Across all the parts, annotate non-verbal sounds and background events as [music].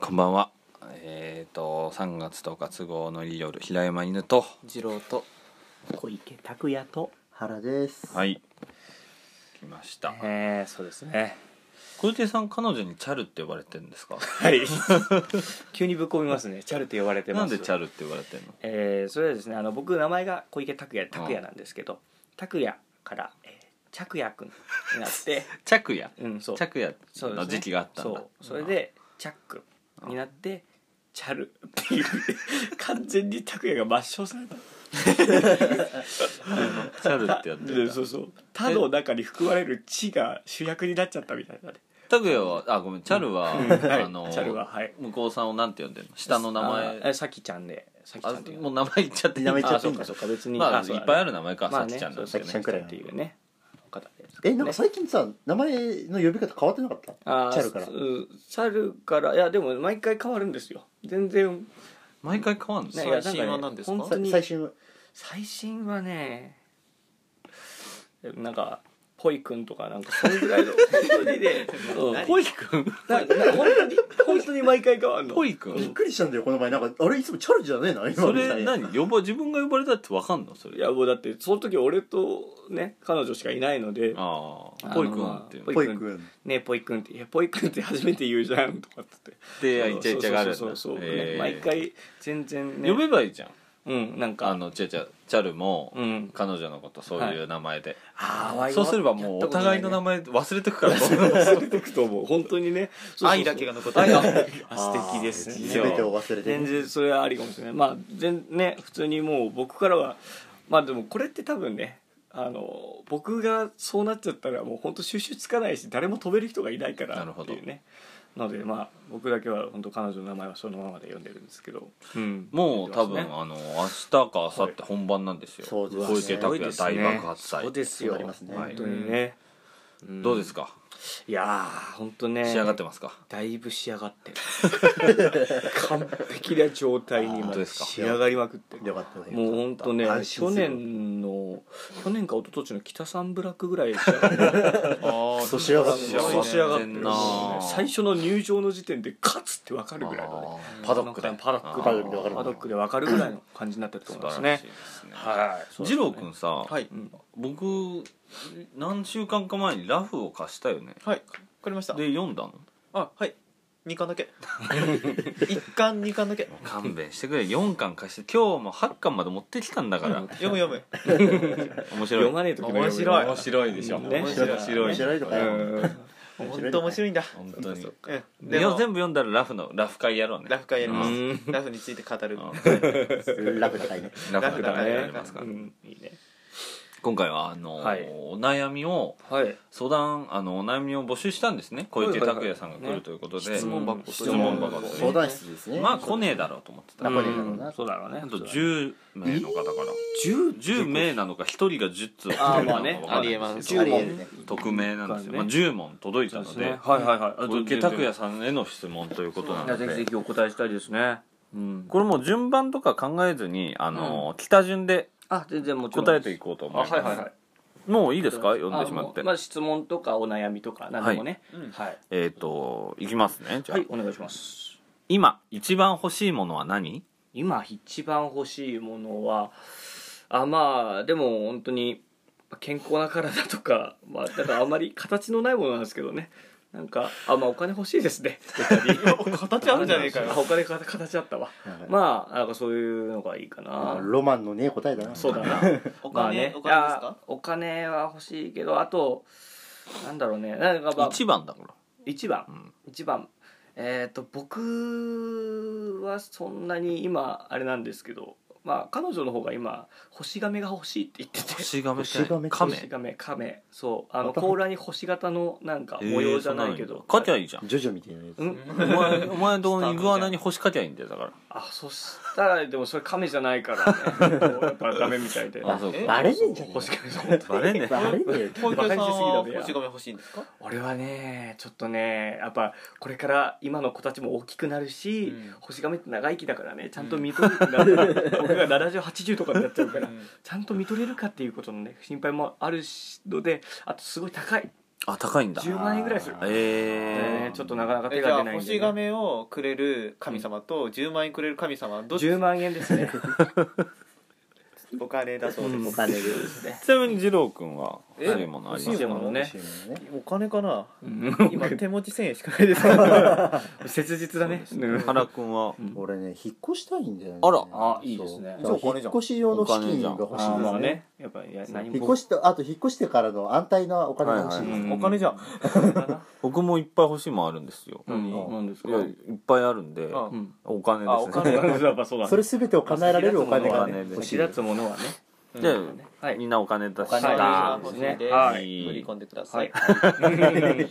こんばんは。えっ、と3月10日都合のいい夜平山犬と次郎と小池拓也と原です、はい来ました。えー、そうですね小池さん彼女にチャルって呼ばれてるんですか。はい [laughs] 急にぶっ込みますねチャルって呼ばれてますなんでチャルルって呼ばれてるの？えー、それはですねあの僕名前が小池拓也拓う也んなんですけど拓也から、えー、着也くんになって [laughs] 着夜うんそう着夜そうですのね時期があったんだそ。うそれ [laughs] でチャックになってチャルっていう完全に拓也が抹消されたチャルってやってでる。そうそう他の中に含まれる地が主役になっちゃったみたいなねタクヤはあごめんチャルは、 [laughs] はいあのチャルははい向こうさんをなんて呼んでるの下の名前あえさきちゃんでさきちゃあんっていうもう名前言っちゃっていい名前言っちゃあってそいいうんかだそうか別にまあいそうだっねぱいある名前かまあさねきちゃんなんですそようねさきちゃんくらいっていうね方ですえなんか最近さ名前の呼び方変わってなかったあーチャルからうんチャルからいやでも毎回変わるんですよ全然毎回変わるんですねよいや最新は何ですかなんかね本当さに最新は最新はねなんかぽいくんとかなんかそれぐ [laughs] らいの本当にねうんポイくんなな本当に本当に毎回変わるのポイくびっんくりしたんだよこの前なんかあれいつもチャルじゃねえな [laughs] 今そみたれいな何呼ば自分が呼ばれたってわかんのそいれあやもうだってその時俺とね彼女しかいないのであポイくんっていうぽいぽいくん「ねえぽいくん」って「いやぽいくんって初めて言うじゃん」とかっつってでイチャイチャがあるんだそうそうそうそうえー毎回全然ね呼べばいいじゃんうんなんかあの違う違うチャルもうん彼女のことそういう名前でああそうすればもうお互いの名前前忘れてくから忘れてくと思う本当にね愛だけが残って愛るがあー素敵ですね全てを忘れて全然それはありかもしれないまあ全ね普通にもう僕からはまあでもこれって多分ねあの僕がそうなっちゃったらもう本当収集つかないし誰も止める人がいないからなるほっどていうねなのでまあ僕だけは本当彼女の名前はそのままで呼んでるんですけど、うんもう多分、呼んでまあの明日か明後日本番なんですよ、そうですね小池拓也大爆発すね祭、そうですよそうなりますね本当にね、んどうですか、いやー本当ね仕上がってますかだいぶ仕上がってる [laughs] 完璧な状態に本今当ですか仕上がりまくってるよかったねもう本当ね安去心する年の去年か一昨年の北三ブラックぐらい仕上がってるあそう仕上がって仕る上がってる仕上がってるなあ最初の入場の時点で勝つって分かるぐらいのねパドックでなんかパドックパドックで分かるパドックで分かるぐらいの感じになってると思いますねはいそうです二ね郎君さ、はい、うん僕何週間か前にラフを貸したよねはい、わかりましたで読んだのあはい2巻だけ一巻二巻だけ勘弁してくれ4巻貸して今日も8巻まで持ってきたんだから読む読む面白い読まねえ時の面白い面白いでしょ、ね面白い面白い面白いとかよ本当面白いんだ本当にそうかそうかうんででも全部読んだらラフのラフ会やろうねラフ会やりまうすラフについて語るラフな回ねララフ会フだねやりますから、うんいいね今回はあのーはいお悩みをはい相談あのお悩みを募集したんですね小池はいはいはい拓也さんが来るということで、質問箱うんと質問箱ね相談室ですねまあ来ねえだろうと思ってたあまあこれだろうなそうだろうねと10名の方から10 10名なのか1人が10通あーまあねわかんないありえますありえるね匿名なんですよ、ねまあ、10問届いたのではいはいはいあ小池拓也さんへの質問ということなのぜひぜでひお答えしたいですねうんこれもう順番とか考えずにあのー、来た順であ全然もちろん答えていこうと思います、いもういいですか読んでしまってあもうまあ、質問とかお悩みとか何でもねはい、えっ、といきますねじゃあ、はい、お願いします今一番欲しいものは何今一番欲しいものはあまあでも本当に健康な体とかまあだからあまり形のないものなんですけどねなんかあまあお金欲しいですね形あるじゃねえかよあお金か形あったわまあなんかそういうのがいいかなロマンのねえ答えだなそうだなおまあ金ねお金ですいやかお金は欲しいけどあとなんだろうねなんか、まあ、一番だから一番、ん一番えっ、と僕はそんなに今あれなんですけどまあ彼女の方が今星亀が欲しいって言ってて星がめ星がめ亀星亀亀そうあの甲羅に星型のなんか模様じゃないけど、書きゃいいじゃんジョジョみたいなやつうんお前 [laughs] お前どうイグアナに星書きゃいいんだよだかあそしたらでもそれ亀じゃないからねやっぱダメみたいでらあそうえかバレねえんじゃね星亀そう本当にバレねバレねえよ小池さ馬鹿んはにしすぎだべや星が欲しいんですか俺はねちょっとねやっぱこれから今の子たちも大きくなるし、うん星亀って長生きだからねちゃんと見とれるんだろう僕が7080とかになっちゃうからちゃんと見とれるかっていうことのね心配もあるしのであとすごい高いあ高いんだ10万円ぐらいするえーねちょっとなかなかえ手じゃがあ出ないんで、星亀をくれる神様と10万円くれる神様どっち10万円ですねお金だそうです、お金ですね。ちなみに二郎君はえ欲しいものありま欲しすいもかのねお金かなうん今手持ち1000円しかないですから [laughs] 切実だねうん原君は俺ね、引っ越したいんだよね。あらあいいですねそうだから引っ越し用の資金が欲しいあーですまあね。ねやっぱいや引何っも越したあと引っ越してからの安泰なお金が欲しいです、はいはいうんお金じゃん、僕もいっぱい欲しいもんあるんですよ何うん何ですかいやいっぱいあるんでうんうんお金あおです金ね [laughs] やっぱそうだねそれ全てを叶えられるお金が、ね、欲欲先しい立つものはねうん [laughs] じゃうんはあいみんなお金出しお金たはがい欲しいです、はい振り込んでくださはいい、 [laughs] ね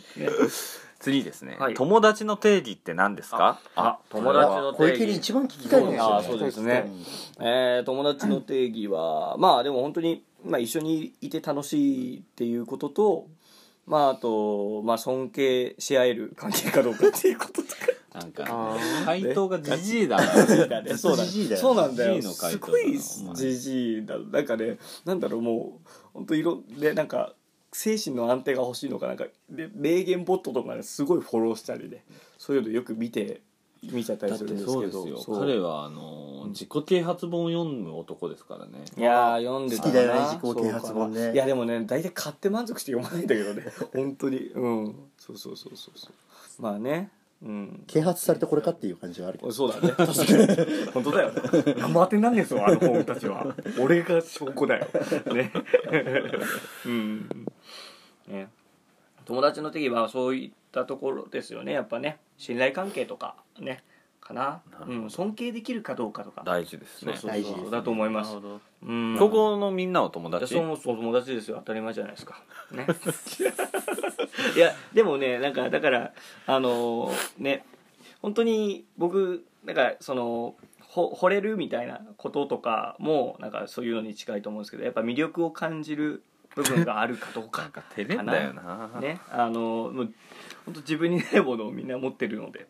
次ですねはい友達の定義って何ですかあ友達の小定池に義一番聞きたいねあーそうですねんえー友達の定義はまあでも本当にまあ一緒にいて楽しいっていうこととまああとまあ尊敬し合える関係かどうかっていうこととかなんか回答がジジイだなだねずっそとうだジジイだよそうなんだよジジイの回す答だなごいじじいだなんかねなんだろうもう本当いろでなんか精神の安定が欲しいのかなんかで名言ボットとかねすごいフォローしたりねそういうのよく見て見ちゃったりだっするてんですけそうどですよそう彼はあの自己啓発本を読む男ですからねいやー読んでたかな好きだよね自己啓発本ねそうかないやでもね大体買って満足して読まないんだけどね [laughs] 本当にうんそうそうそうそうそうまあねうん啓発されてこれかっていう感じはあるけどそうだ [laughs] ね確かに本当だよね生当てなんですよあの本たちは俺が証拠だよね [laughs] うんね友達の定義はそういったところですよねやっぱね信頼関係とかねかななるほどうん、尊敬できるかどうかとか大事ですそうねそう大事ですそうねだと思いなまるすほどうんここのみんなは友いや達そうそう友達ですよ当たり前じゃないですかね [laughs] いやでもねなんかだからあのーね本当に僕なんかそのほ惚れるみたいなこととかもなんかそういうのに近いと思うんですけどやっぱ魅力を感じる部分があるかどう [laughs] なんかか照れんだよなねあのーもう本当自分にないものをみんな持ってるので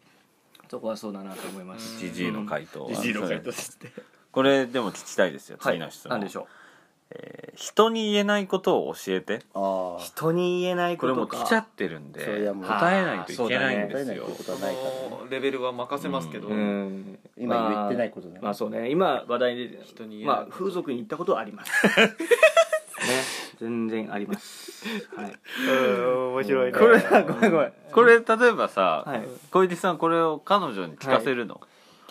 そこはそうだなと思いますジジイの回答はジジイの回答ですねこれでも聞きたいですよ次の質問、はい、なんでしょうえー人に言えないことを教えてああ人に言えないここれともうか来ちゃってるんでそれはもう答えないといけないん答でえすないよ、ことはそないからねのレベルは任せますけど、うん今言ってないことだまあそうね今話題で人に言えないまあ風俗に行ったことはあり [laughs] ますね全然ありますはい面白いこれごめんごめんこれ例えばさ、はい小池さんこれを彼女に聞かせるの、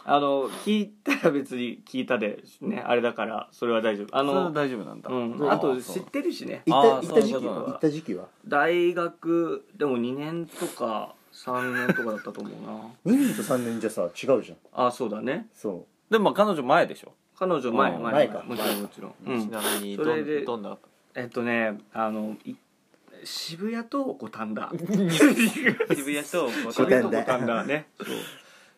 あの聞いたら別に聞いたでねあれだからそれは大丈夫あそれはの大丈夫なんだ、うん、あと知そっうてるしね行あっーた行った時そうそ期うそう行った時期は大学でも2年とか3年とかだったと思うな2年と3年じゃさ違うじゃんあそうだねそでもまあ彼女前でしょ彼女前うん前かもちろんもちろん、うんちなみにどそれでんどんなえっとねあのい渋谷と五反田渋谷と [laughs] 渋谷と五五反田反田ね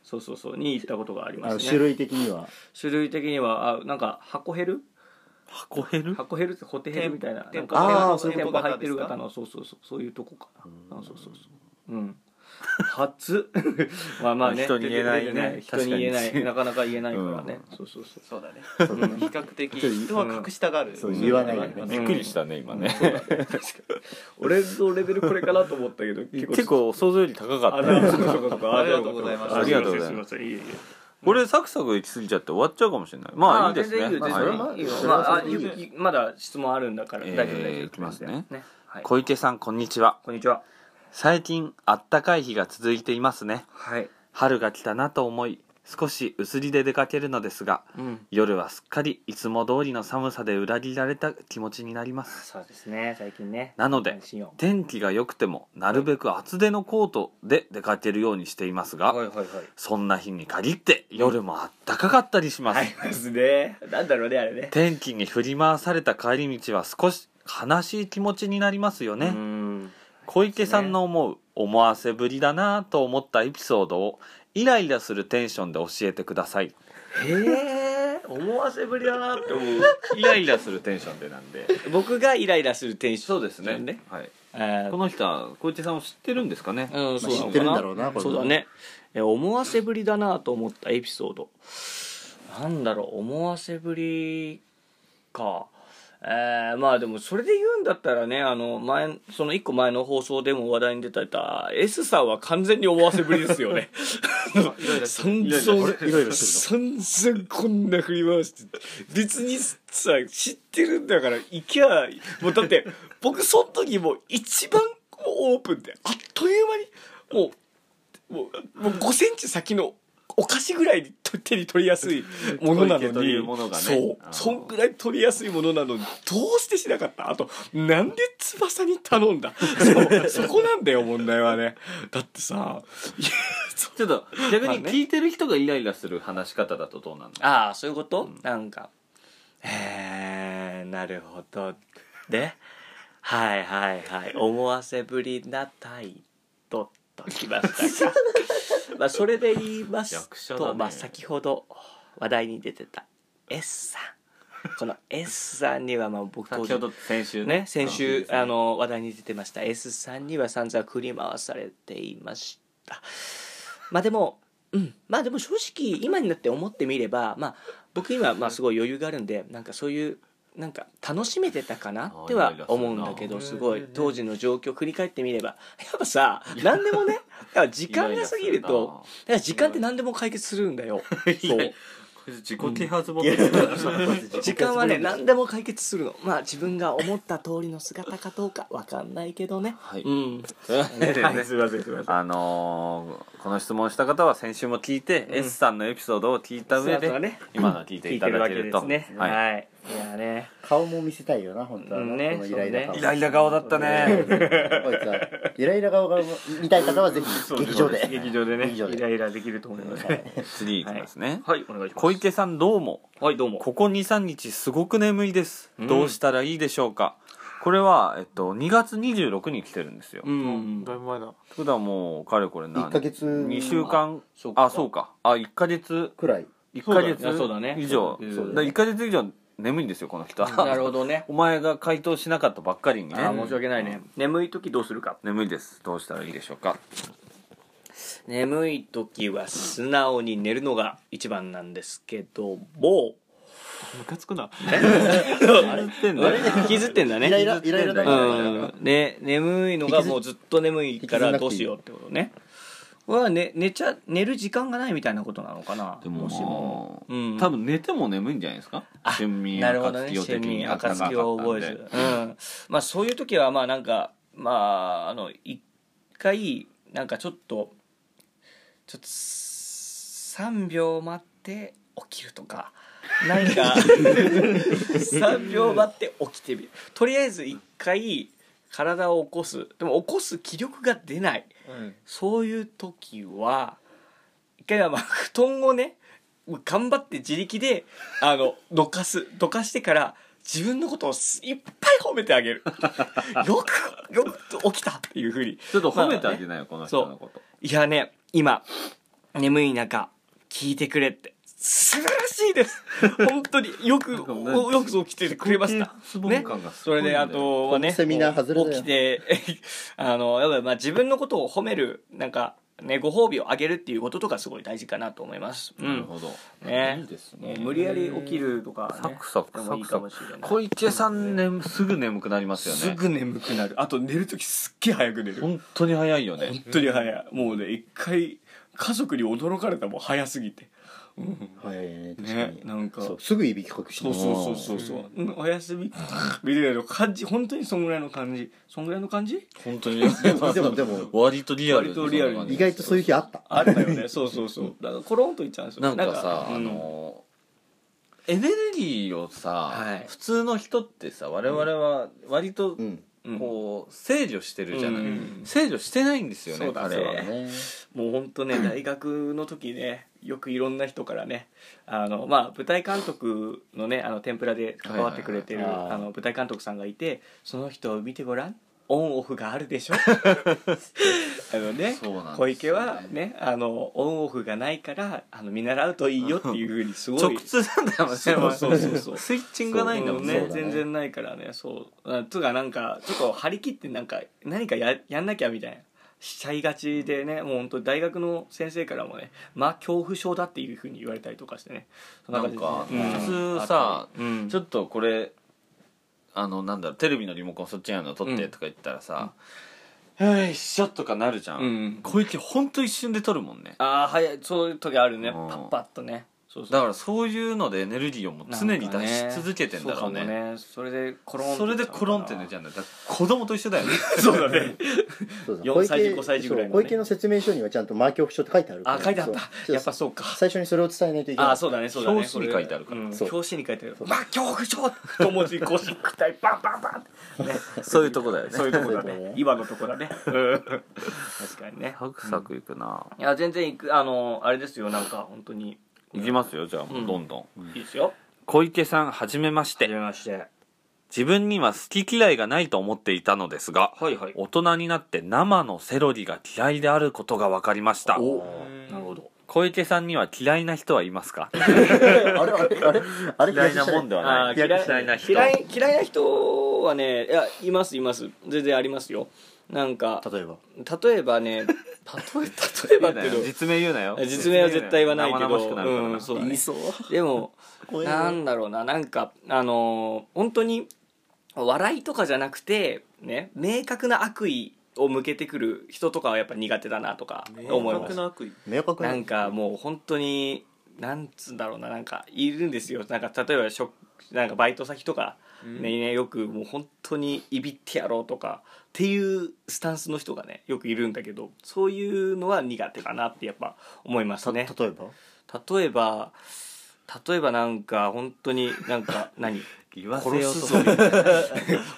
そうそうそうそうに行ったことがありうまあすのね種類的には種類的にはあなんか箱ヘル箱減る箱ヘルってホテヘルみたいな店なん舗か店舗あああーそういう店店舗舗型入ってる方のそうそうそうそういうとこかなあそうそうそううん初 [laughs] まあまあね人に言えないね人に言えな確かいになかなか言えないからね、そうそうそうそうだねそうだね比較的人は隠したがるそう言わないよねうんびっくりしたね今ね、俺のレベルこれかなと思ったけど結構結構想像より高かあっなるたほどそうかそうか。ありがとうございましたありがとうございますすませんいえいえこれサクサク行き過ぎちゃって終わっちゃうかもしれないまあいいですね全然いいよはい全然いいよはいまああそれはそれでいいよゆゆまだ質問あるんだからえ大ー丈夫大丈夫。いきますねはい。こ小池さんこんにちはんにちは。最近あったかい日が続いていますねはい。春が来たなと思い少し薄着で出かけるのですがうん。夜はすっかりいつも通りの寒さで裏切られた気持ちになりますそうですね最近ね。なので安心を天気が良くてもなるべく厚手のコートで出かけるようにしていますが、はいはいはい。そんな日に限って夜もあったかかったりします、ありますね。なんだろうねあれね。天気に振り回された帰り道は少し悲しい気持ちになりますよね、うん。小池さんの思う思わせぶりだなぁと思ったエピソードをイライラするテンションで教えてくださいへえ思わせぶりだなって思う。 [laughs] イライラするテンションでなんで僕がイライラするテンション。そうですね。、はい、えこの人は小池さんを知ってるんですかね、うんまあ知ってるんだろうなこれそうだね、えー思わせぶりだなと思ったエピソードなんだろう思わせぶりかえーまあでもそれで言うんだったらねあの前その1個前の放送でも話題に出てた S さんは完全に思わせぶりですよねいろいろする散いろいろする々いろいろす散々こんな振り回して別にさ知ってるんだから行きゃもうだって僕その時もう一番オープンであっという間にもうもうもう5センチ先のお菓子ぐらいにと手に取りやすいものなの小池というにものがねそうあのそんぐらい取りやすいものなのにどうしてしなかったあとなんで翼に頼んだそうそこなんだよ問題はねだって [laughs] さいやそうちょっと逆にまあね聞いてる人がイライラする話し方だとどうなの、ああそういうこと、なんかえー、なるほどねはいはいはい思わせぶりな態度ときま [laughs] したかまあそれで言います役者だと、ねまあ先ほど話題に出てた S さんこの S さんにはまあ僕当先時ほど先週ねね先週ああの話題に出てました S さんには散々振り回されていましたまあでもうんまあでも正直今になって思ってみればまあ僕今まあすごい余裕があるんでなんかそういうなんか楽しめてたかなっては思うんだけどすごい当時の状況振り返ってみればやっぱさ何でも [laughs] ねやっぱ時間が過ぎるとだから時間って何でも解決するんだ [laughs] よそうこいつ自己啓発本いやだよ [laughs] 時間は [laughs] ね何でも解決するのまあ自分が思った通りの姿かどうかわかんないけどねはいうんはいいませんすい [laughs] まあのーこの質問した方は先週も聞いて、S さんのエピソードを聞いた上そうそうで、ね今の聞いて聞いいてたるだわけけるでとすねはいはいいやね顔も見せたいよな本当はなうんねこのイライラ顔そうねイライラ顔だったね [laughs] こいつはイライラ顔が見たい方はぜひ劇場で劇場でね劇場でイライラできると思いますね次いきますね、はいお願いします小池さんどうもはいどうもここ23日すごく眠いです、うんどうしたらいいでしょうかこれは、えっと、2月26に来てるんですよ、うっんだいぶ前だてことはもうかれこれ何1ヶ月2週間そうかあそうかあ1ヶ月くらい1ヶ月そうだねそうだね以上そうだねだ1ヶ月以上眠いんですよこの人はなるほどね [laughs] お前が回答しなかったばっかりにね [laughs] あー申し訳ないね眠い時どうするか眠いですどうしたらいいでしょうか眠い時は素直に寝るのが一番なんですけどもムカつくな言ってん [laughs] あれ引きずってんだねイライライライラだうん、ね眠いのがもうずっと眠いからどうしようってことねはね寝ちゃ寝る時間がないみたいなことなのかなでもしもうん多分寝ても眠いんじゃないですか春眠なるほどね暁を的に春眠暁を覚え暖かかずっ、うん、まあそういう時はまあなんかまああの一回なんかちょっとちょっと3秒待って起きるとかなんか3秒待って起きてみるとりあえず一回体を起こすでも起こす気力が出ないそういう時は一回はまあ布団をね頑張って自力であのどかすどかしてから自分のことをすいっぱい褒めてあげるよくよく起きたっていうふうにちょっと褒めてあげなよこの人のこといやね今眠い中聞いてくれって素晴らしいです本当によくおよく起きててくれましたスボン感がすそごいれんだでよあとはねこのセミナー外れだよ起きて [laughs] あのやっぱりまあ自分のことを褒めるなんかねご褒美をあげるっていうこととかすごい大事かなと思います、うなるん、ほどねいいですもねう無理やり起きるとかサねクサクでもいいかもしれない小池さんねすぐ眠くなりますよねすぐ眠くなるあと寝る時すっげえ早く寝る本当に早いよね本当に早いもうね一回家族に驚かれたもん早すぎて早いね確かねになんかそそうすぐいびきかくしうてそうそうそうそう、うんおやすみみたいな感じ本当にそんぐらいの感じそんぐらいの感じ本当にでもでも割とリアル割とリアルに意外とそういう日あったあったよ [laughs] ねそうそうそうだからコロンといっちゃうんですなよんかさ、あうんのエネルギーをさ、はい普通の人ってさ我々は割とうんうんこう制御してるじゃない、うん制御してないんですよねそうだね彼はねねもう本当ね大学の時ねよくいろんな人からねあの、まあ、舞台監督のねあの天ぷらで関わってくれてる、はいはいはいあの舞台監督さんがいてその人を見てごらんオンオフがあ [laughs] るでしょあのねそうなんですよね小池はねあのオンオフがないからあの見習うといいよっていうふうにすごい直通なんだよねそうそうそうそうスイッチングがないんだもんそうねだね全然ないからねそうあつうかなんかちょっと張り切ってなんか何かややんなきゃみたいなしちゃいがちでねもう本当大学の先生からもねまあ恐怖症だっていうふうに言われたりとかしてねそなん感じでかね普うん通さ、うんちょっとこれあのなんだろうテレビのリモコンそっちにあるの取ってとか言ったらさ「よいしょ」とかなるじゃん、うん小池ほんと一瞬で取るもんねああ早いそういう時あるうねんパッパッとねそうそうだからそういうのでエネルギーをもう常に出し続けてんだろうねなんかそうかもねそれでコロンそれでコロンって寝ちゃゃうんだよだから子供と一緒だよねそうだねそうそう4小池歳児5歳児ぐらいのねそう小池の説明書にはちゃんとマーキオフ書って書いてあるか [laughs] らあ書いてあっそたうやっぱそうか最初にそれを伝えないといけないあそうだねそうだね表紙に書いてあるからうんそう表紙に書いてあるまあ恐怖症太文字腰肉体バンバンバンってね [laughs] そういうとこだよねそういうとこだそういうとこねね今のとこだねうん確かにねサクサクいくな、いや全然いくあのあれですよなんか本当にいきますよじゃあもううんどんどん、いいですよ小池さんはじめましはじてめまして自分には好き嫌いがないと思っていたのですがはいはい大人になって生のセロリが嫌いであることが分かりましたおうんなるほど小池さんには嫌いな人はいますかあれあれあれ [laughs] あれ嫌いなもんではなあいー嫌い嫌いな人嫌い嫌いな人はねいやいますいます全然ありますよなんか例えば例えばね [laughs] 例え例えばっていうの [laughs] 実名言うなよ実名は絶対言わないけど生々しくなるからなうんそうだねいそうでも怖いねなんだろうななんかあのー本当に笑いとかじゃなくてね明確な悪意を向けてくる人とかはやっぱ苦手だなとか思いま明確すな悪意明確なんかもう本当になんつうんだろうななんかいるんですよなんか例えばしょなんかバイト先とか、うんねねよくもう本当にいびってやろうとかっていうスタンスの人がねよくいるんだけどそういうのは苦手かなってやっぱ思いますた例ねえば例えば例えばなんか本当になん [laughs] か何言わせ殺ようとすすぞるみたいな [laughs]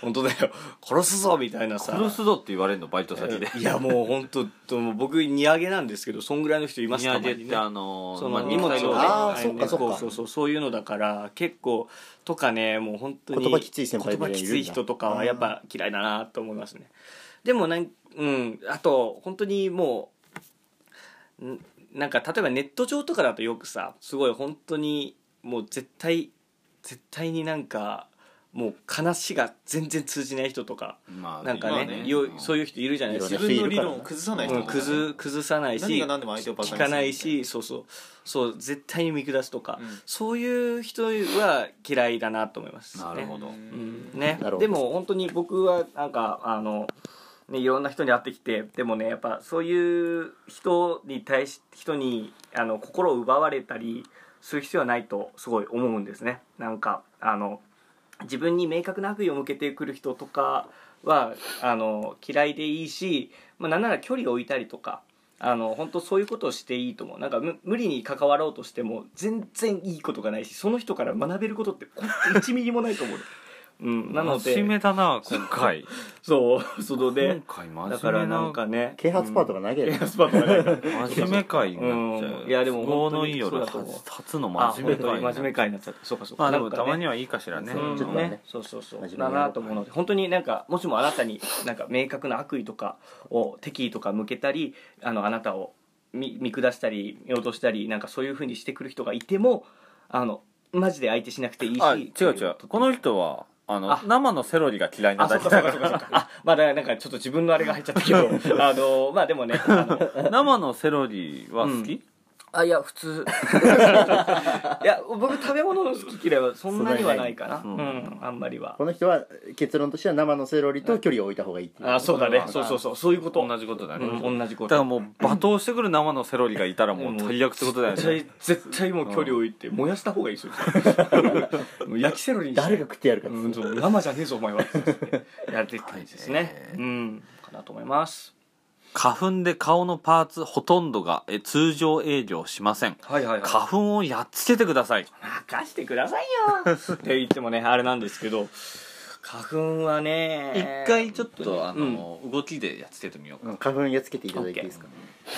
本当だよ殺すぞみたいなさ殺すぞって言われるのバイト先でいやもう本当ともう僕荷揚げなんですけどそんぐらいの人います荷た揚まげっにてねあのーそのまあ荷物をね肉体のあーはいそっかそっかそうそうそういうのだから結構とかねもう本当に言葉きつい先輩言葉きつい人とかはやっぱ嫌いだなと思いますねでもなんうんあと本当にもうんなんか例えばネット上とかだとよくさすごい本当にもう絶対絶対になんかもう話が全然通じない人とかまあなんかまあねねよそういういう人いるじゃないです自か分の理論を崩さない人うん、だからね崩崩さないし何が何でも相手をバカにす聞るかないしそうそうそう絶対に見下すとか、うんそういう人は嫌いだなと思います、ね、なるほどうんねなるほどでも本当に僕はなんかあの、ね、いろんな人に会ってきてでもねやっぱそういう人に対し人にあの心を奪われたりする必要はないとすごい思うんですねなんかあの自分に明確な悪意を向けてくる人とかはあの嫌いでいいし、まあ、なんなら距離を置いたりとかあの本当そういうことをしていいと思うなんかむ無理に関わろうとしても全然いいことがないしその人から学べることって本当1ミリもないと思う、 [laughs] うん、なの真面目でだな今回そう [laughs] その今で回真面目なだからなんかね啓発パートが長い啓な発パートがないから真面目会になっちゃう、うんいやでも都合本の当いいによそうりだと思う初初のあ真本面目当会に真面目会になっちゃったそうかそうかまあでなもんかたねまにはいいかしらねうんちょっとはねそうそうそう真面目だになと思うので本当になんかもしもあなたになんか明確な悪意とかを敵意とか向けたりあのあなたを見見下したり見落としたりなんかそういうふうにしてくる人がいてもあのマジで相手しなくていいしあ違う違うこの人はあのあ生のセロリが嫌いなあそだうけだかそうかかそうからそうか [laughs] あまだなんかちょっと自分のあれが入っちゃったけどあのまあでもねあの [laughs] 生のセロリは好き、あいや普通 [laughs] いや僕食べ物の好き嫌いはそんなにはないかなそんうなにんあんまりは [laughs] この人は結論としては生のセロリと距離を置いた方がいいっていうあそうだねそうそうそうそういうこと同じことだね、うん同じこだとからもう罵倒してくる生のセロリがいたらもう最悪ってことだよ絶ね対絶対もう距離を置いて燃やした方がいいですよもう焼きセロリにして誰が食ってやるかっつってうんそう生じゃねえぞお前はやっていくんですねはいうんかなと思います花粉で顔のパーツほとんどがえ通常営業しませんはいはい花粉をやっつけてください任してくださいよって言ってもねあれなんですけど花粉はね一回ちょっとあ本当にの、動きでやっつけてみよううかん花粉やっつけていただいていいですか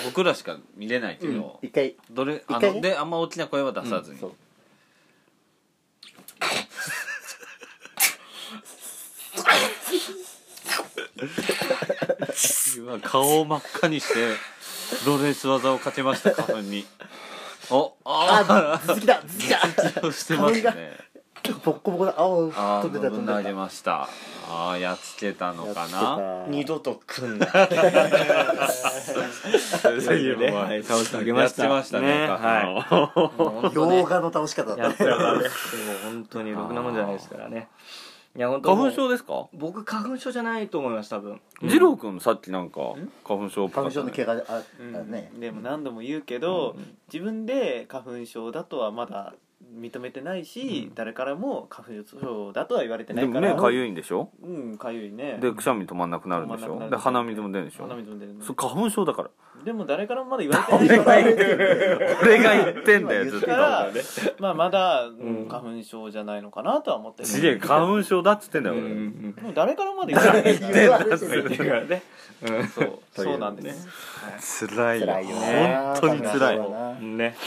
僕らしか見れないけど、一回どれあ一回のねであんま大きな声は出さずに、そううわ顔を真っ赤にしてプロレス技をかけました花粉におあ [laughs] あ続きだ続きだあをしてます花粉ねボッコボコだ青ああ飛んでた飛んぶで投たげましたああやっつけたのかな二二度と来んな [laughs] そういうねはい倒してあげましたやってましたねね花粉を本当ね洋画の倒し方だやっったぱねでも本当にろくなもんじゃないですからねいや本当花粉症ですか僕花粉症じゃないと思います多分二郎君さっきなんか花粉症っぽか花った粉症ねの怪我あっうんたね、でも何度も言うけど、自分で花粉症だとはまだ認めてないし、誰からも花粉症だとは言われてなでいもから目かゆいんでしょうんかゆいねでくしゃみ止まんなくなるんでし止まょんなくなるで鼻水も出るんでしょ鼻水も出るねそう花粉症だからでも誰からもまだ言われてないから俺が言ってんだよ今ず言っっとただから、まあまだ、うんうん花粉症じゃないのかなとは思ってるすげえ花粉症だっつってんだようんう俺、んでも誰からまで言われ [laughs] てない言われてうん言ってるからねうそうというそうなんです、辛いよ辛いよね本当に辛い花粉症はなんね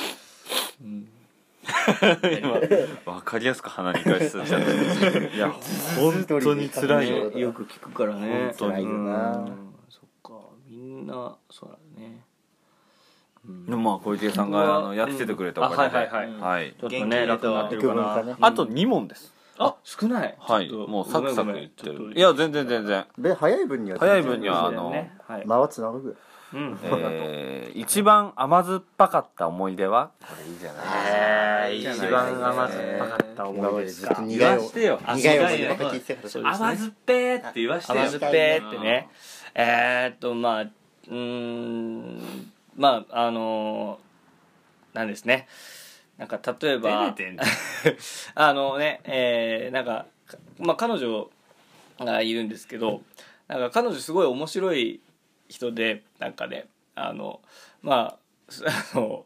今わかりやすく鼻に返しすんじゃない [laughs] いや本当に辛いよねよく聞くから本ね当に辛いよなうんそっかみんなそうだねでもまあ小池さんがあのやっててくれたおあかげはいではいはい、うんはいちょっとね元気楽になってるか元気なだねあと2問ですあ少ないはいちょっともうサクサごクめんいってごめんるいちょっや全然全然で早い分には早い分にとはあそうのだよねはい間はつなぐうんえー一番甘酸っぱかった思い出はこれいいじゃないいいいじゃない一番甘酸っぱかっった今までずっと苦言いわしてよ苦い思苦いい出よばっかり聞いてたからそうたですね甘酸っぱーって言わしてよ甘酸っぱいってねえー、っとまあうーんまああのーなんですねなんか例えば照れてん [laughs] あのねえーなんか、まあ、彼女がいるんですけどなんか彼女すごい面白い人でなんかねあのまあ [laughs] すあの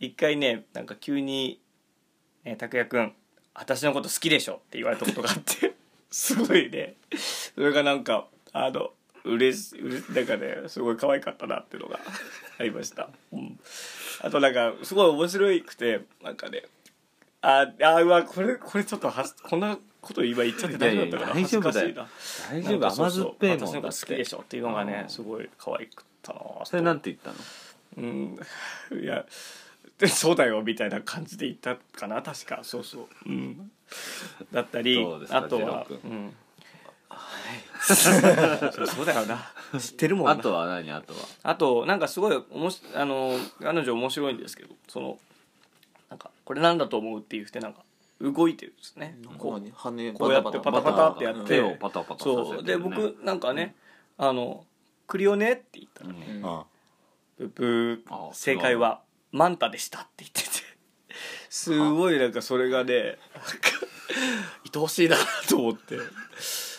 一回ねなんか急に「えー拓也君私のこと好きでしょ」って言われたことがあってすごいねそれがなんかあのうれしうれしなんかねすごい可愛かったなっていうのが [laughs] ありました、うん、あとなんかすごい面白くてなんかねああうわこれこれちょっとはこんなこと今言っちゃって大丈夫だったかないやいや恥ずかし大い丈な大丈夫甘酸っぱいもん私のだがっ好きでてしょっていうのがねうんすごい可愛くったなぁそれなんて言ったのうんいやでそうだよみたいな感じで言ったかな確かそうそう、うん、だったりどうですかあとはジロー、うん、 [laughs] そうそうだよな知ってるもんなあとは何あとはあとなんかすごいおもしあの彼女面白いんですけどそのなんかこれなんだと思うって言ってなんか動いてるんですね、こうこう羽こうやってパタパタってやって手をパタパタさせてるねそうで僕なんかね「あのクリオネ」って言ったらうんあ「ブブあー正解はマンタでした」って言っててすごいなんかそれがねなんか愛おしいなと思って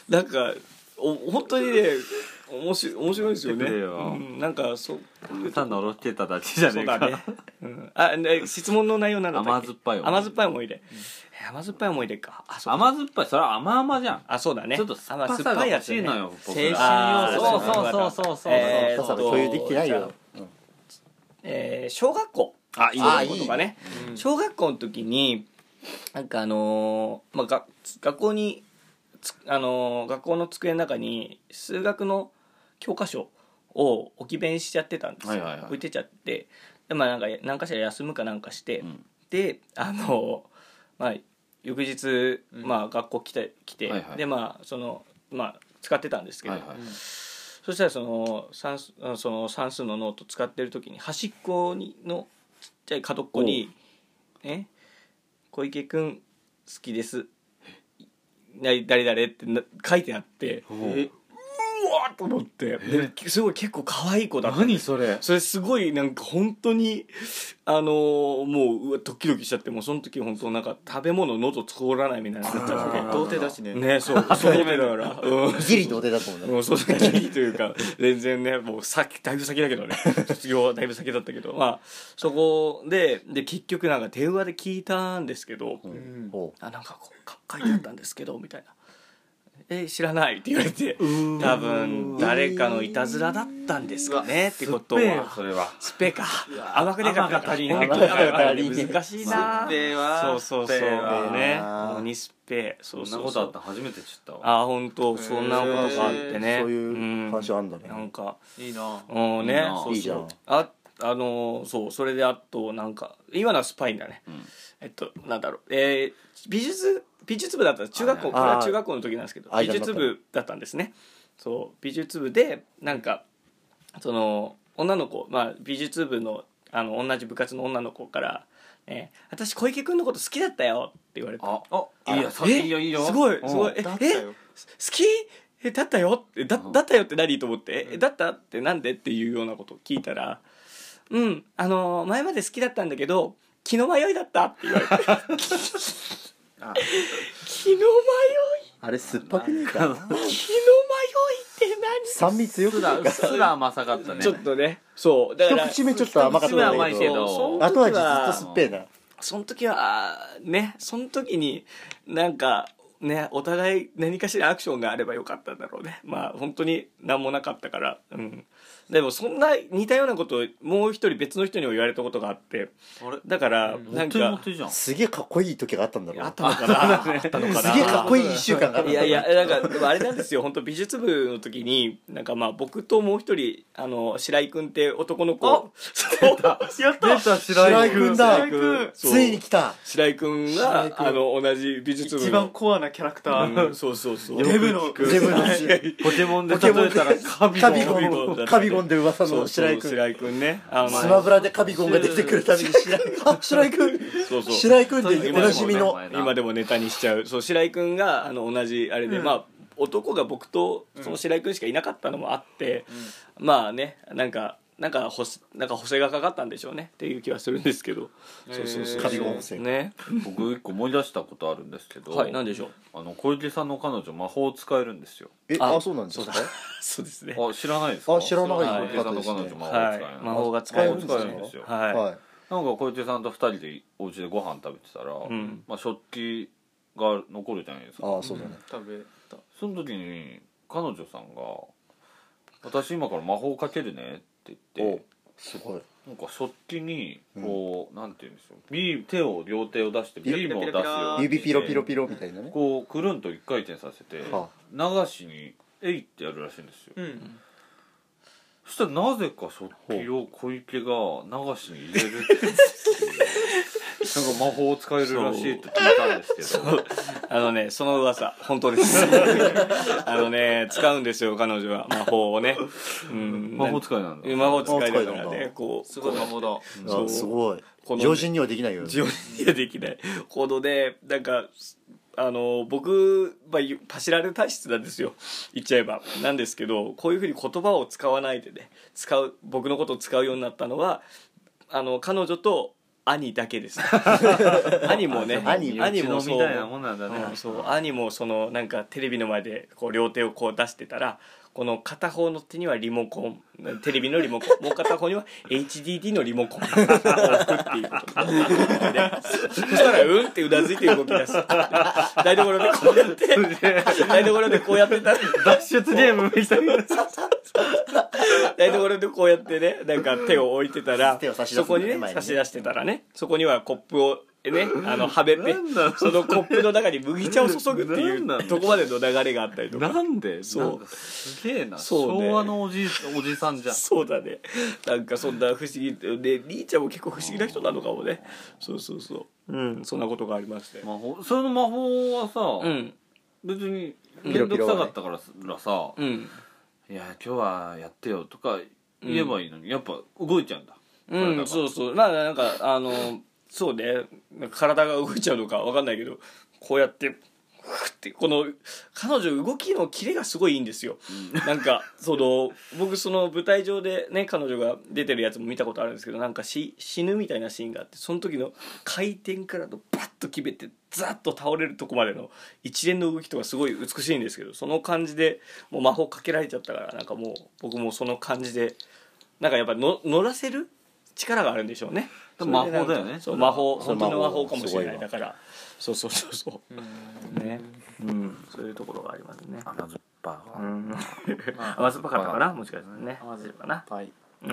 なんかお本当にね面白い面白いですよね見てくれようん、なんかそう [laughs] ただのろけただけじゃそねうえだかね、うん、あね質問の内容なんだったっけ甘酸っぱい思い出甘酸っぱい思い出、えー甘酸っぱい思い出かあそう甘酸っぱいそれは甘々じゃんあそうだねちょっと酸っぱさが欲しいのよ僕青春あー要素そうそうそうそうそうえーあっさと共有できてないよえー小学校あいいねあいいとかねうん小学校の時になんかあのーまあ、が学校につあのー学校の机の中に数学の教科書を置き弁しちゃってたんですよ、はいはいはい置いてちゃってで、まあ、なんか何かしら休むかなんかして、うんであのーまあ翌日、うんまあ、学校来て来て、はいはいでまあそのまあ使ってたんですけど、はいはいそしたらその算数あのその算数のノート使ってる時に端っこにのちっちゃい角っこに「え小池くん好きです」な誰誰ってな書いてあってえうわーと思ってですごい結構可愛い子だったんで何すそれそれすごいなんか本当にあのーもううわドキドキしちゃってもうその時本当なんか食べ物喉通らないみたいになっちゃっ童貞だしねてねそう [laughs] そうだからうんギリ童貞だと思うんだもうそのギリというか全然ねもう先だいぶ先だけど [laughs] ね卒業はだいぶ先だったけどまあそこでで結局なんか電話で聞いたんですけど、うんおうあなんかこうか書いてあったんですけどみたいな「え知らない」って言われて多分誰かのいたずらだったんですかねってこと酸っぱいよはそれはスペか甘くねかったり甘くねかったり難しいなスペはそうそうそうスペはね鬼スペそそうなんそうこそとうあった初めて知ったわあ本当そんなことがあってねそういう話あんだねなんかいいなうんいいねなそういいじゃんああのーそうそれであとなんか今のはスパインだね、んえっとなんだろうえー美術美術部だった中学校これはいは中学校の時なんですけどあー美術部だったんですねそう美術部でなんかその女の子、まあ、美術部のあの同じ部活の女の子からえー私小池君のこと好きだったよって言われてああいいよさえいいよいいよすごいうんすごいえだったえよ好きえだったよえだうんだったよって何と思って、えうんだったってなんでっていうようなことを聞いたら「うんあのー前まで好きだったんだけど気の迷いだった」って言 [laughs] われてあ「気の迷いあれ酸っぱくねえか気の迷いって酸味強すくならいうかっすら甘さかった何?」ねちょっとねそうだから一口目ちょっと甘かったん一だ口目甘けいどけどそう後味ずっと酸っぱいなその時はねその時になんかねお互い何かしらアクションがあればよかったんだろうねまあ本当に何もなかったからうんでもそんな似たようなことをもう一人別の人にも言われたことがあってあれだからうんなんモかテモテじゃんすげえかっこいい時があったんだろうあなったのかなあったのかなすげえかっこいい一週間があったいやいやなんかでもあれなんですよ本当美術部の時になんかまあ僕ともう一人あの白井君って男の子そうやったた白井君だ白井君そうついに来た白井君白井が君あの同じ美術部の一番コアなキャラクタうんーそうそうそうデブのデブのポケモンで例えたらカビカゴンビゴンカビゴンで噂そのう白白井井君白君井君ねあのスマブラでカビゴンが出てくるたびに白井あ白井君そうそう [laughs] 白井君っておなじみの今でもネタにしちゃうそう白井君があの同じあれで、うんまあ男が僕とその白井君しかいなかったのもあって、まあねなんかなんか補なんか補正がかかったんでしょうねっていう気はするんですけど、そうそうそうカビゴン補正ね [laughs] 僕一個思い出したことあるんですけど、はいなんでしょうあの小池さんの彼女魔法使えるんですよえああそうなんですかそうですねあ知らないですかあ知らない小池さんの彼女魔法使える、はい魔法が使使ええるるんんでですすよよはい、はいなんか小池さんと二人でお家でご飯食べてたら、んまあ、食器が残るじゃないですかああそうだね食べたその時に彼女さんが「私今から魔法かけるね」って言ってすごいなんか食器にこう、なんて言うんでしょうビー手を両手を出してビームを出すように指ピロピロピロみたいなねこうくるんと一回転させては流しに「えい」ってやるらしいんですようんそしたらなぜか食器を小池が流しに入れるって [laughs] いうなんか魔法を使えるらしいって聞いたんですけどあのね、その噂、本当です。あのね、使うんですよ、彼女は。魔法をね。うん。魔法使いなんだ魔法使いだから魔法使いなんねだ、こう、すごい魔法だそうあすごいこの常人にはできないよ自分にはできない [laughs] 行動で、なんか、あの、僕、まあ、ゆパシられ体質なんですよ。言っちゃえば。なんですけど、こういうふうに言葉を使わないでね、使う、僕のことを使うようになったのは、あの、彼女と兄だけ [laughs] です。兄もね、兄兄ももそうみたいなもんなんだね、うんそう兄もそのなんかテレビの前でこう両手をこう出してたらこの片方の手にはリモコンテレビのリモコンもう片方には HDD のリモコンを [laughs] 置くっていうことになってそしたらうんってうなずいて動き出す台所でこうやって台所でこうやってたら脱出ゲームみたい [laughs] な台所でこうやってねなんか手を置いてたら手を差し出すそんだこにねね前に差ねし出してたらねそこにはコップをねあのはめてなんだろう [laughs] そのコップの中に麦茶を注ぐっていなんなんだうとこまでの流れがあったりとかなんでそうなんかすげえな、そうね昭和のおじおじさん [laughs] じゃんそうだねなんかそんな不思議でリーちゃんも結構不思議な人なのかもねそうそうそううんそんなことがありまして魔法その魔法はさ、うん別にん面倒くさかったからすらさ「うんいや今日はやってよ」とか言えばいいのに、やっぱ動いちゃうんだうんそうそうまあなんかあのそうねなんか体が動いちゃうのかわかんないけどこうやってふってこの彼女動きのキレがすごいいいんですよ、なんかその僕その舞台上でね彼女が出てるやつも見たことあるんですけどなんかし死ぬみたいなシーンがあってその時の回転からのバッと決めてザッと倒れるとこまでの一連の動きとかすごい美しいんですけどその感じでもう魔法かけられちゃったからなんかもう僕もその感じでなんかやっぱの乗らせる力があるんでしょうねでも魔法だよねそう魔法それ本当の魔法かもしれすなごいいわだからそうそうそうそうねうんそういうところがありますね甘酸っぱい、うん甘酸っぱかったかなもしかしたらね甘酸っかなはいうん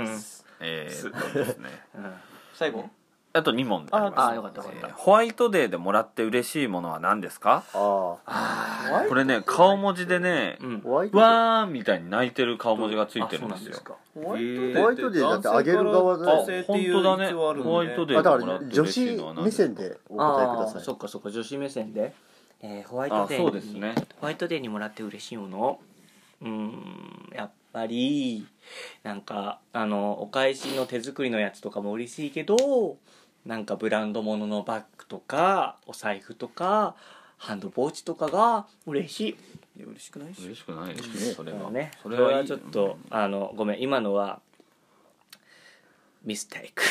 えー、そうですね最後 [laughs] あと2問ああよかかったよかったホワイトデーでもらって嬉しいものは何ですかああこれね顔文字でねうんホワ「イトデーわー」みたいに泣いてる顔文字がついてるんですよホワえーホワイトデーだってあげる側だよ男性っていうあ本当だね一応あるもんホワイトデーあだかもらっらて女嬉しい子のは何目ですか線でお答えくださいそっかそっか女子目線で、えーホワイあトデーにそうですねホワイトデーにもらって嬉しいものうーんやっぱりなんかあのお返しの手作りのやつとかも嬉しいけどなんかブランド物のバッグとかお財布とかハンドポーチとかが嬉しいいや嬉しくないっす嬉しくないですうねんそれだはからねそそれれはいいはちょっとあのごめん今のはミス [laughs] テイク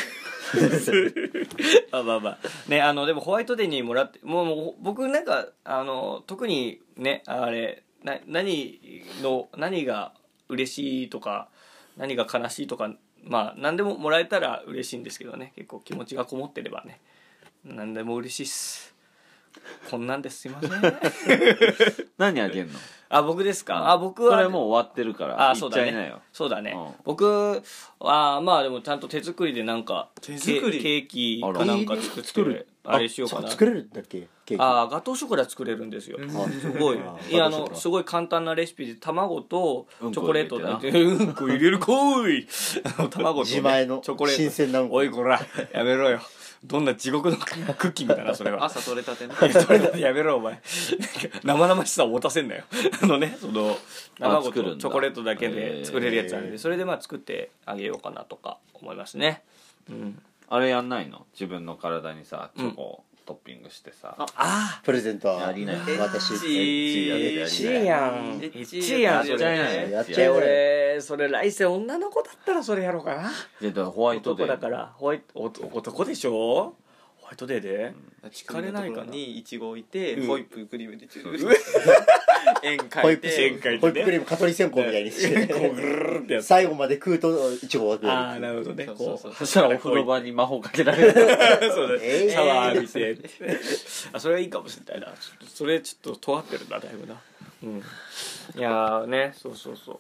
まあまあまあねあのでもホワイトデーにもらってもうもう僕なんかあの特にねあれな何の何が嬉しいとか何が悲しいとかまあ何でももらえたら嬉しいんですけどね結構気持ちがこもってればね何でも嬉しいっすこんなんですすいま [laughs] せん何あげんのあ僕ですかあ僕そはれもう終わってるからあ言そうっちだゃいなよねそうだね、うん僕はまあでもちゃんと手作りでなんか手作りケケーキあらかなんか作って作るあれしようかなさ作れるんだっけケーキあーガトーショコラ作れるんですよすごいあーいやガあトーのショコラすごい簡単なレシピで卵とチうんこョコレート入れでうんこ入れるこーいあの [laughs] 卵と、ね、自前のチョコレート新鮮なうんこおいこらやめろよどんな地獄のクッキングだなそれは朝取れたてのそれだってやめろお前生々しさを持たせんなよ [laughs] あのねその卵作るんとだチョコレートだけへーで作れるやつあるんでそれでまあ作ってあげようかなとか思いますね、うん、あれやんないの自分の体にさチョコをトッピングしてさ、あプレゼントはやりなよ私チーえやりちなーよやんえちーやんちーやそれんやっちゃいなよやっいちゃやいなよ俺それ来世女の子だったらそれやろうかなでだからホワイトデ男ーだからホワイトお男でしょホワイトデーで、聞聞かれないかなにイチゴ置いて、うんホイップクリームでチューそ円ホイ描いップて円描いてねホイップクリーム蚊取り線香みたいにしてこうぐるるるってやつ最後まで食うといちごをああなるほどねそうこそううそうそしたらお風呂場に魔法かけられる [laughs] そうだねえーシャワー浴びてってあそれはいいかもしれないなちょっとそれちょっと尖ってるなだいぶなうんいやーねそうそうそう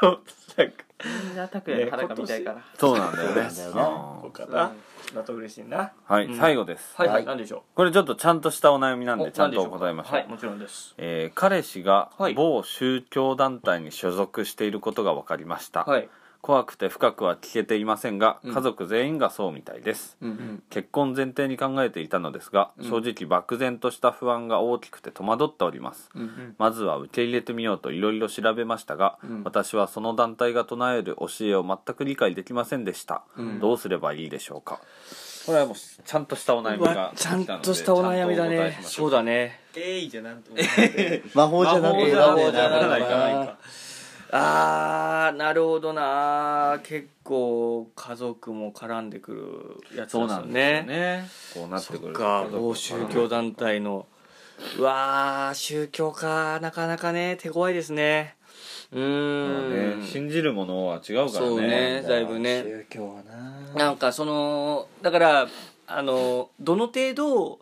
そう [laughs] なんかみんな拓也の裸見たいからそうなんだよねそうなんだよあこうーかなだと嬉しいなはい、うん最後です、はいははいい何でしょこれちょっとちゃんとしたお悩みなうんでおちゃん何とでしょ答えましょう、はいもちろんですえー彼氏がはい某宗教団体に所属していることが分かりました、はい怖くて深くは聞けていませんが、うん家族全員がそうみたいですうんうん結婚前提に考えていたのですが、うん正直漠然とした不安が大きくて戸惑っておりますうんうんまずは受け入れてみようといろいろ調べましたが、うん私はその団体が唱える教えを全く理解できませんでした、うんどうすればいいでしょうかこれはもうちゃんとしたお悩みうわがちゃんとしたお悩みだねそそううだねえいじゃなんと魔法じゃな魔く法てじゃ魔なんだよ法じゃならないかないかあーなるほどな結構家族も絡んでくるやつですそうなよんですよねねこうなってそくっるか某宗教だ団体のうわー宗教かなかなかね手強いですねうーん信じるものは違うからねそうねだいぶね宗教はななんかそのだからあのどの程度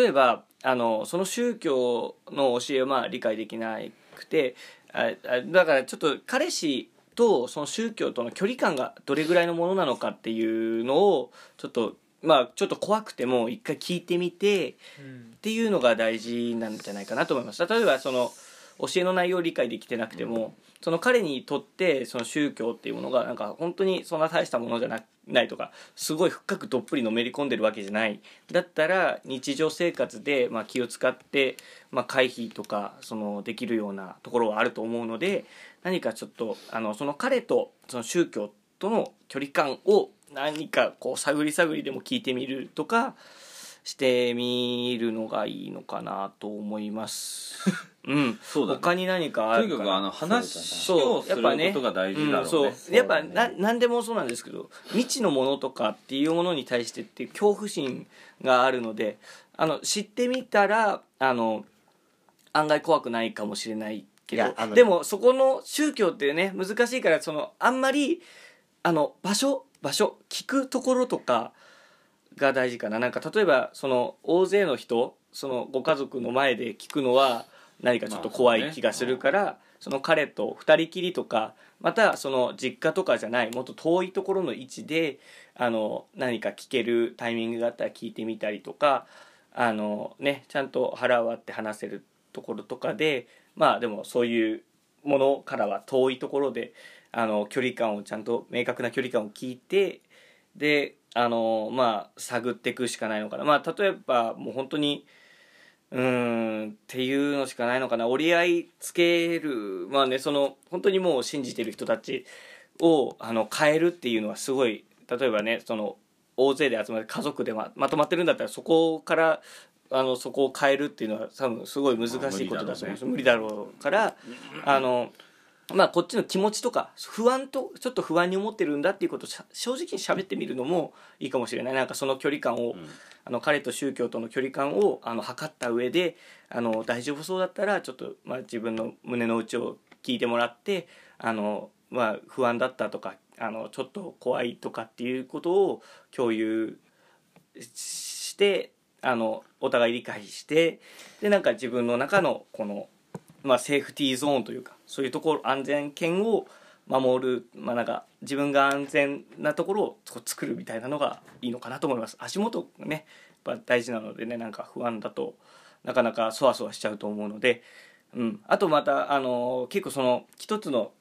例えばあのその宗教の教えをまあ理解できなくてああだからちょっと彼氏とその宗教との距離感がどれぐらいのものなのかっていうのをちょっとまあちょっと怖くても一回聞いてみてっていうのが大事なんじゃないかなと思います例えばその教えの内容を理解できてなくても、その彼にとってその宗教っていうものがなんか本当にそんな大したものじゃなないとかすごい深くどっぷりのめり込んでるわけじゃないだったら日常生活でまあ気を使ってまあ回避とかそのできるようなところはあると思うので何かちょっとあのその彼とその宗教との距離感を何かこう探り探りでも聞いてみるとかしてみるのがいいのかなと思 [laughs] います。うん、そうだね他に何かあとにるかかくあなの話をすることが大事だろうねんそうやっぱな何でもそうなんですけど未知のものとかっていうものに対してっていう恐怖心があるのであの知ってみたらあの案外怖くないかもしれないけいやあどのでもそこの宗教ってね難しいからそのあんまりあの場所場所聞くところとかが大事かななんか例えばその大勢の人そのご家族の前で聞くのは何かちょっと怖い気がするから、その彼と二人きりとかまたその実家とかじゃないもっと遠いところの位置であの何か聞けるタイミングがあったら聞いてみたりとかあの、ね、ちゃんと腹割って話せるところとかでまあでもそういうものからは遠いところであの距離感をちゃんと明確な距離感を聞いてであのまあ探っていくしかないのかなまあ例えばもう本当にうーんっていうのしかないのかな折り合いつけるまあねその本当にもう信じてる人たちをあの変えるっていうのはすごい例えばねその大勢で集まって家族でままとまってるんだったらそこからあのそこを変えるっていうのは多分すごい難しいことだと思います無理だろうからあの、まあ、こっちの気持ちとか不安とちょっと不安に思ってるんだっていうことをしゃ正直に喋ってみるのもいいかもしれないなんかその距離感を、んあの彼と宗教との距離感をあの測った上であの大丈夫そうだったらちょっと、まあ、自分の胸の内を聞いてもらってあの、まあ、不安だったとかあのちょっと怖いとかっていうことを共有してあのお互い理解してでなんか自分の中のこの、まあ、セーフティーゾーンというかそういうところ安全圏を守る、まあ、なんか自分が安全なところをこう作るみたいなのがいいのかなと思います足元がねやっぱ大事なのでねなんか不安だとなかなかそわそわしちゃうと思うので、うん、あとまた、あの結構その一つの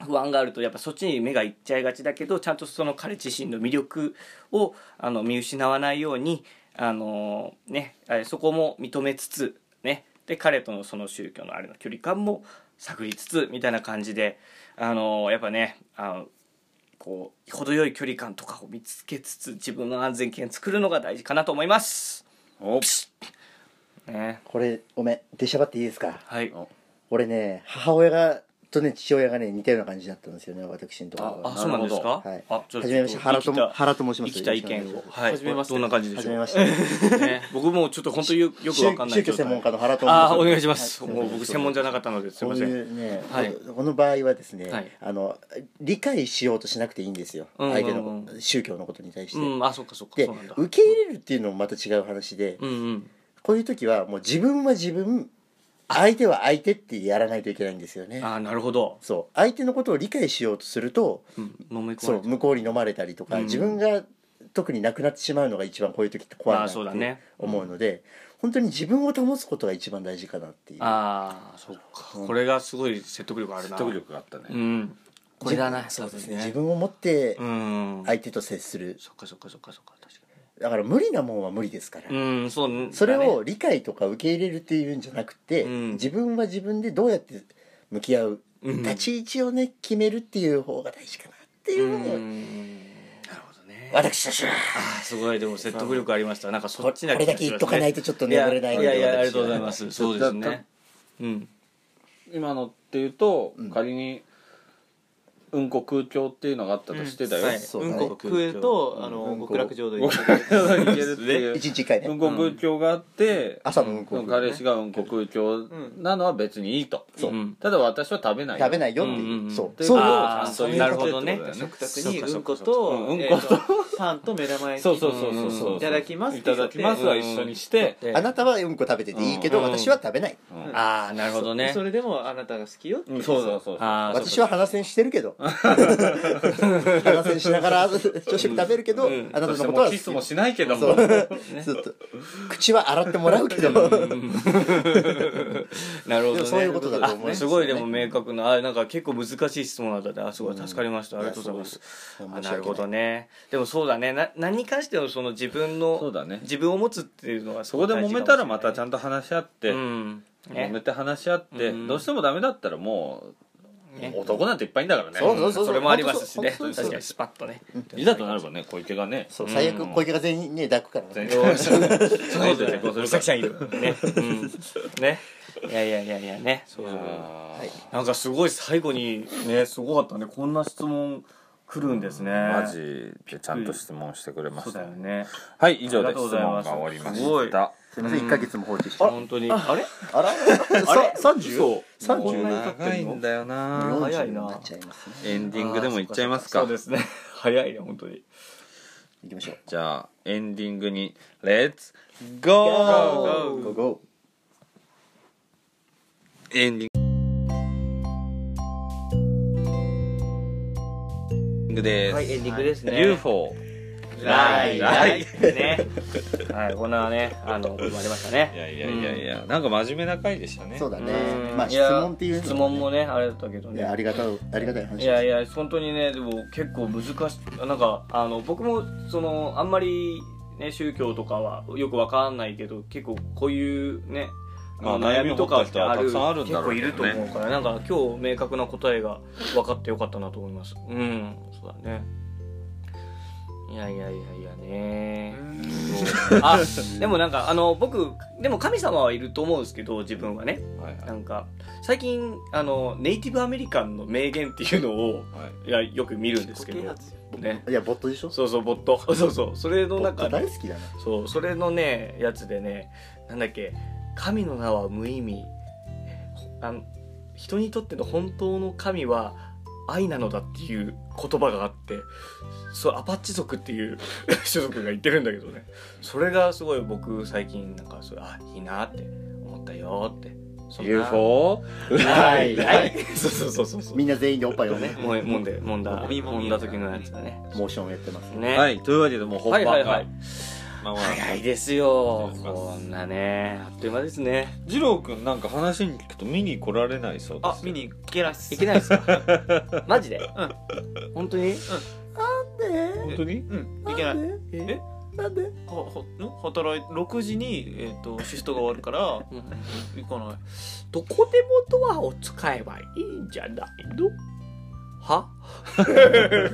不安があるとやっぱそっちに目がいっちゃいがちだけどちゃんとその彼自身の魅力をあの見失わないようにあのねえそこも認めつつねで彼とのその宗教のあれの距離感も探りつつみたいな感じであのやっぱねあのこう程よい距離感とかを見つけつつ自分の安全圏作るのが大事かなと思います。おね、これごめん出しゃばっていいですかはい。お俺ね母親がとね父親がね似たような感じだったんですよね私のとこあろ、あはそうなんですか。はいあ、ちょっはじめまして原とも生原と申しきたます生きた意見を。はい。はじめましてどんな感じではしじょめうま。 [laughs] してね、僕もちょっと本当によよくわかんない宗教専門家の原と申しますああお願いします、はもう僕専門じゃなかったのですいこまうせんいうね、はいこの場合はですね、はいあの理解しようとしなくていいんですよ、うんうんうん相手の宗教のことに対して、うんあそっかそっかでそうなんだ受け入れるっていうのもまた違う話で、うんうんこういう時はもう自分は自分相手は相手ってやらないといけないんですよねああなるほど、そう相手のことを理解しようとするとうん、飲み込そまれうて向こうに飲まれたりとか、うん自分が特になくなってしまうのが一番こういう時って怖いあなあってそうだね思うので、本当に自分を保つことが一番大事かなっていうああそっか、これがすごい説得力あるな説得力があったうねんこれだなそうでですね自分を持ってうん相手と接する、そっかそっかそっかそっか確かだから無理なもんは無理ですから、にうんそうだねそれを理解とか受け入れるっていうんじゃなくて、うん自分は自分でどうやって向き合う、うん立ち位置をね決めるっていう方が大事かなっていううのんが、なるほどね私たちはあーすごいでも説得力ありましたなんかそこっちなこれだけ言っとかないいとちょっといや眠れいないやのいでやありがとうござい私はますそうですねうん今のっていうと、仮にうんこ空調っていうのがあったとしてだよ、はいそううだねんこ食うと、あの、うんこ極楽浄土行僕くらがいけるっていう一日一回ね、うんこ空調があって、朝のうんこその彼氏がうんこ空調なのは別にいいと、そううんただ私は食べない食べないよっていうう、んうんうんそうでそうあああーそそうういうなるほどねことだよね食卓にうんこうんと、うんえこーとパンと目玉焼きそうそうそうそうそううんいいただきますいただきますは一緒にして、であなたはうんこ食べてていいけど、うん私は食べない、うんああなるほどねそれでもあなたが好きよってうんそうそうそうそうあー私は鼻栓してるけど鼻栓しながら朝朝食食べるけど、うんあなたそのしてこもとはう好キきスもしないけどもそうずっと口は洗ってもらうけどなるほど、ね、でもそういうことだと思いまあすすごいでも明確なあなんか結構難しい質問だったねあすごい助かりました、うんありがとうございますいやあすごい申し訳ないなるほどねでもそうだねな何に関してもその自分そのう、だね自分を持つっていうのはそこで揉めたらまたちゃんゃんと話し合って、うん揉ねめて話し合って、うんどうしてもダメだったらもう、ね男なんていっぱいいんだからねそうそうそうれもありますしね本当そう確かにスパッとね、いざとなればね小池がねそう最悪小池が全員ね抱くから全ね員そうそうそうだよねそうおさきさんいるね,、うん、ねいやいやいやいやねそうそうはいなんかすごい最後にねすごかったねこんな質問来るんですねマジでちゃんと質問してくれまそうしだたよねはい以上あでりが質問とうございまがす終わりますごいしたすいません1か月も放置して本当にあれあらあれ 30? 30もう長いんだよな早いにななっちゃいますねエンディングでもいっちゃいますそかうですね早いね本当にいきましょうじゃあエンディングにレッツゴーゴーゴエンディングです、はいエンディングですね UFO ライラライねはいこんなねあの生まれましたねいやいやいやいや、なんか真面目な回でしたねーそうだねうんまあ質問っていうのや質問もねあれだったけどいねやありがたいありがたい話いやいや本当にねでも結構難しいなんかあの僕もそのあんまり、ね、宗教とかはよくわかんないけど結構こういうね、まああの悩みを持った人は悩みたくさんあるんだ結ろ構ういけどねると思うからなんか今日明確な答えが分かってよかったなと思いますうんそうだねういやいやいやいやねあでもなんかあの僕でも神様はいると思うんですけど自分はねはいはいなんか最近あのネイティブアメリカンの名言っていうのをはいいやよく見るんですけ固定ど圧ねいやボットでしょそうそうボット [laughs] そうそうそれのボット中大で好きだなそうそれのねやつでねなんだっけ神の名は無意味ほあの人にとっての本当の神は愛なのだっていう言葉があってそうアパッチ族っていう [laughs] 種族が言ってるんだけどねそれがすごい僕最近なんかそうあいいなって思ったよってそんな UFO はいはい [laughs] そうそうそうそうそうみんな全員でおっぱいをねもえもんでもんだもみもみもんだ時のやつだねモーションをやってますねねはいというわけでもう本番がはいはいはいまあまあ早いですよ失礼しますこんなねあっという間ですね二郎くんなんか話に聞くと見に来られないそうですよあ見に行けないっすいけないです [laughs] かマジで、本当に本当にうんいけないえなんでほほん働い6時に、えー、とシフトが終わるから [laughs] 行かないどこでもドアを使えばいいんじゃないのはご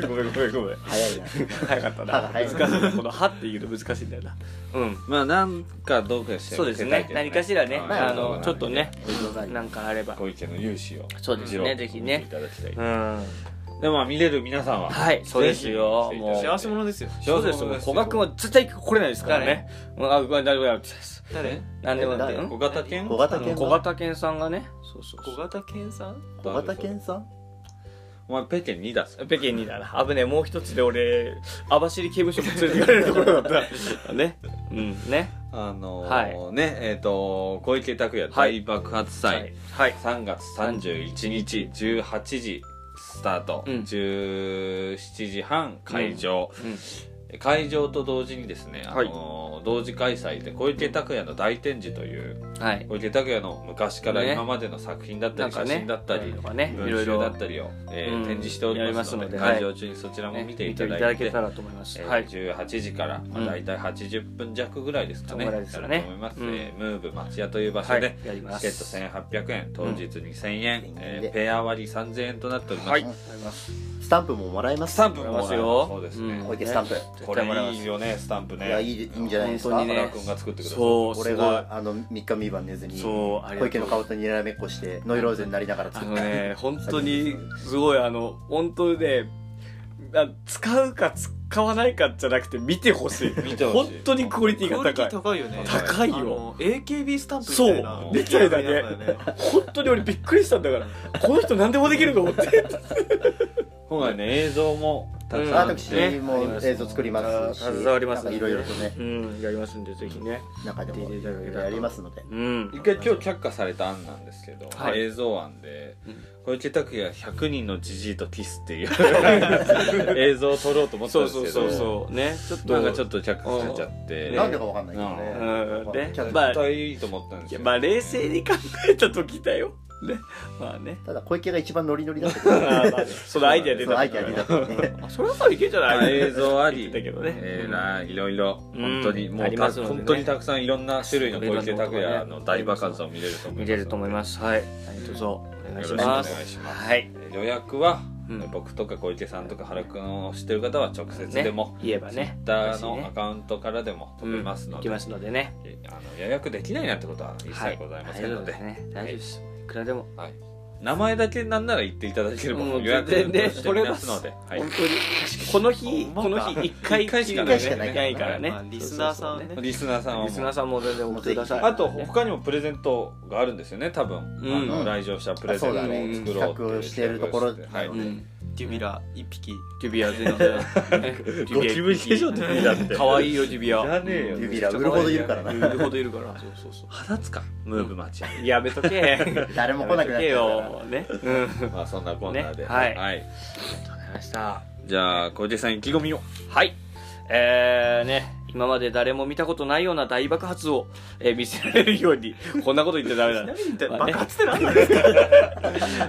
めんごめんごめん早いな早かった歯がな難早いしいなこの「は」っていうの難しいんだよなうんまあなんかどうかしてそうですね何かしらねはいあのちょっとねごめんな [laughs] さいなんかあれば小池の勇姿をそうですねぜひね見ていただきたいうんでまあ見れる皆さんははいそうですよぜひもう見ていただいて幸せ者ですよそうですよ古賀君は絶対来れないですからねうんあごめん大丈夫だよ誰何でも誰うん小型犬小型犬小型犬さんがねそうそうそ小う型犬さん小型犬さんお前ペケ2だっす北京にだな危ねえもう一つで俺網走刑務所も連れて行かれるところだった [laughs] ねうんねあのーはねえっ、と小池拓也はい大爆発祭、はい3月31日18時スタート、うん17時半会場、うんうん会場と同時にですね、あはいのー同時開催で小池拓也の大展示というはい小池拓也の昔からね今までの作品だったなんり、か写ね真だったりとかねいろ文集いろだったりを、えーうん展示しておりますのでやりますので会場中にそちらもね見ていただいて,、けたらと思いますえーはい18時から、まあ、うん大体80分弱ぐらいですかね,、そんぐらいですやかるねと思います、うんえームーブ町屋という場所はで、いやりまチケすット1800円当日2000円、うんえーペア割り3000円となっております、はいうんやりますスタンプももらえますスタンプやもりもらえますますよそうですね、うん小池スタンプこれいいよねスタンプねいやいいいいんじゃないですか本当にね原君が作ってくださいそうす俺ごいがあの三日三晩寝ずにそうありがとう小池の顔とにらめっこしてノイローゼになりながらあ作のっ [laughs] たね本当にすごいあの本当で使うか使わないかじゃなくて見てほしい見てほしい本当にクオリティクオがリテ高ィい高いよね高いよあの AKB スタンプみそたいうなみたいだやりね方だよ本当に俺びっくりしたんだからこの人何でもできると思って今回ね映像もたくさんあって、私も映像作りますし携わりますなんかいろいろとねうんやりますんでぜひね中で出もていただけたらやりますのでうん一回今日却下された案なんですけど、はい映像案で、うん小池拓也100人のじじいとキスっていう映像を撮ろうと思ったんそうですけそうどそうそうねちょっとなんかちょっと却下されちゃってねなんでかわかんないけどうんうんねねキャラまあ絶対いいと思ったんですいやよまあ冷静に考えた時だよねまあねただ小池が一番ノリノリだった [laughs] けまどあまあそのアイデア出そのたアイデア出たからねあそれは [laughs] まあいけんじゃまあない映像あり、だけどねえーないろいろうん本当にもあうりた、ますのでね本当にたくさんいろんな種類の小池拓也の大爆発を見れると思います見れると思いますはい何卒お願いしよろしくお願まいすしますはい予約は、うん僕とか小池さんとか原くんを知ってる方は直接でも、言えばね Twitter のアカウントからでも飛べます行のきで、ますのでねあの予約できないなんてことは一は切ございません大丈の夫で、ですね大丈夫ですいくらでも名前だけなんなら言っていただければ、うん予約全然ねしてみますので、はい本当にこの日ほんまこかの日一回一回しかないね一回しかないないからねまあリスナーさんねリスナーさんはもうリスナーさんも全然送ってくださいあと他にもプレゼントがあるんですよね多分、あのうん来場者プレゼントを作ろうっていうそうだね企画をしているところはい、ううんデュビラ一匹ジュビ [laughs] ア全然ゴキブリでしょジュビアって可愛いよジュビいらアねえよ指ら売るほどいるからな言うほどいるからそう [laughs] そうそ肌つかムーブマッチ、うやめ [laughs] とけ誰も来なくなやめとっけちゃうからよねうんわかまあそんなこんなで、ねはいりましたじゃあ小池さん意気込みをはい。えー、ね、今まで誰も見たことないような大爆発を、えー見せられるように、こんなこと言ってダメだ。まあね爆発って何なんですか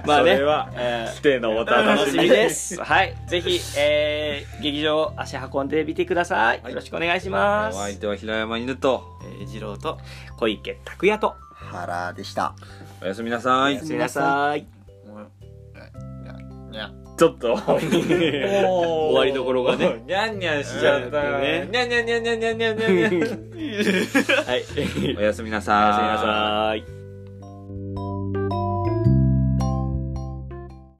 [laughs] まあそね、れはえー規定のお楽しみです。はい。ぜひ、えー、劇場足運んでみてください。よろしくお願いしまおす。相手は平山犬とえー二郎と小池拓也と、原でしたおやすみなさいおやすみなさい。にゃにゃちょっと終終わりどころ [laughs] がねニャンニャンしちゃったねね [laughs] ニャンニャンニャンニャンニャンニャンニャンニャンはいおおやすみやすみななさーいさい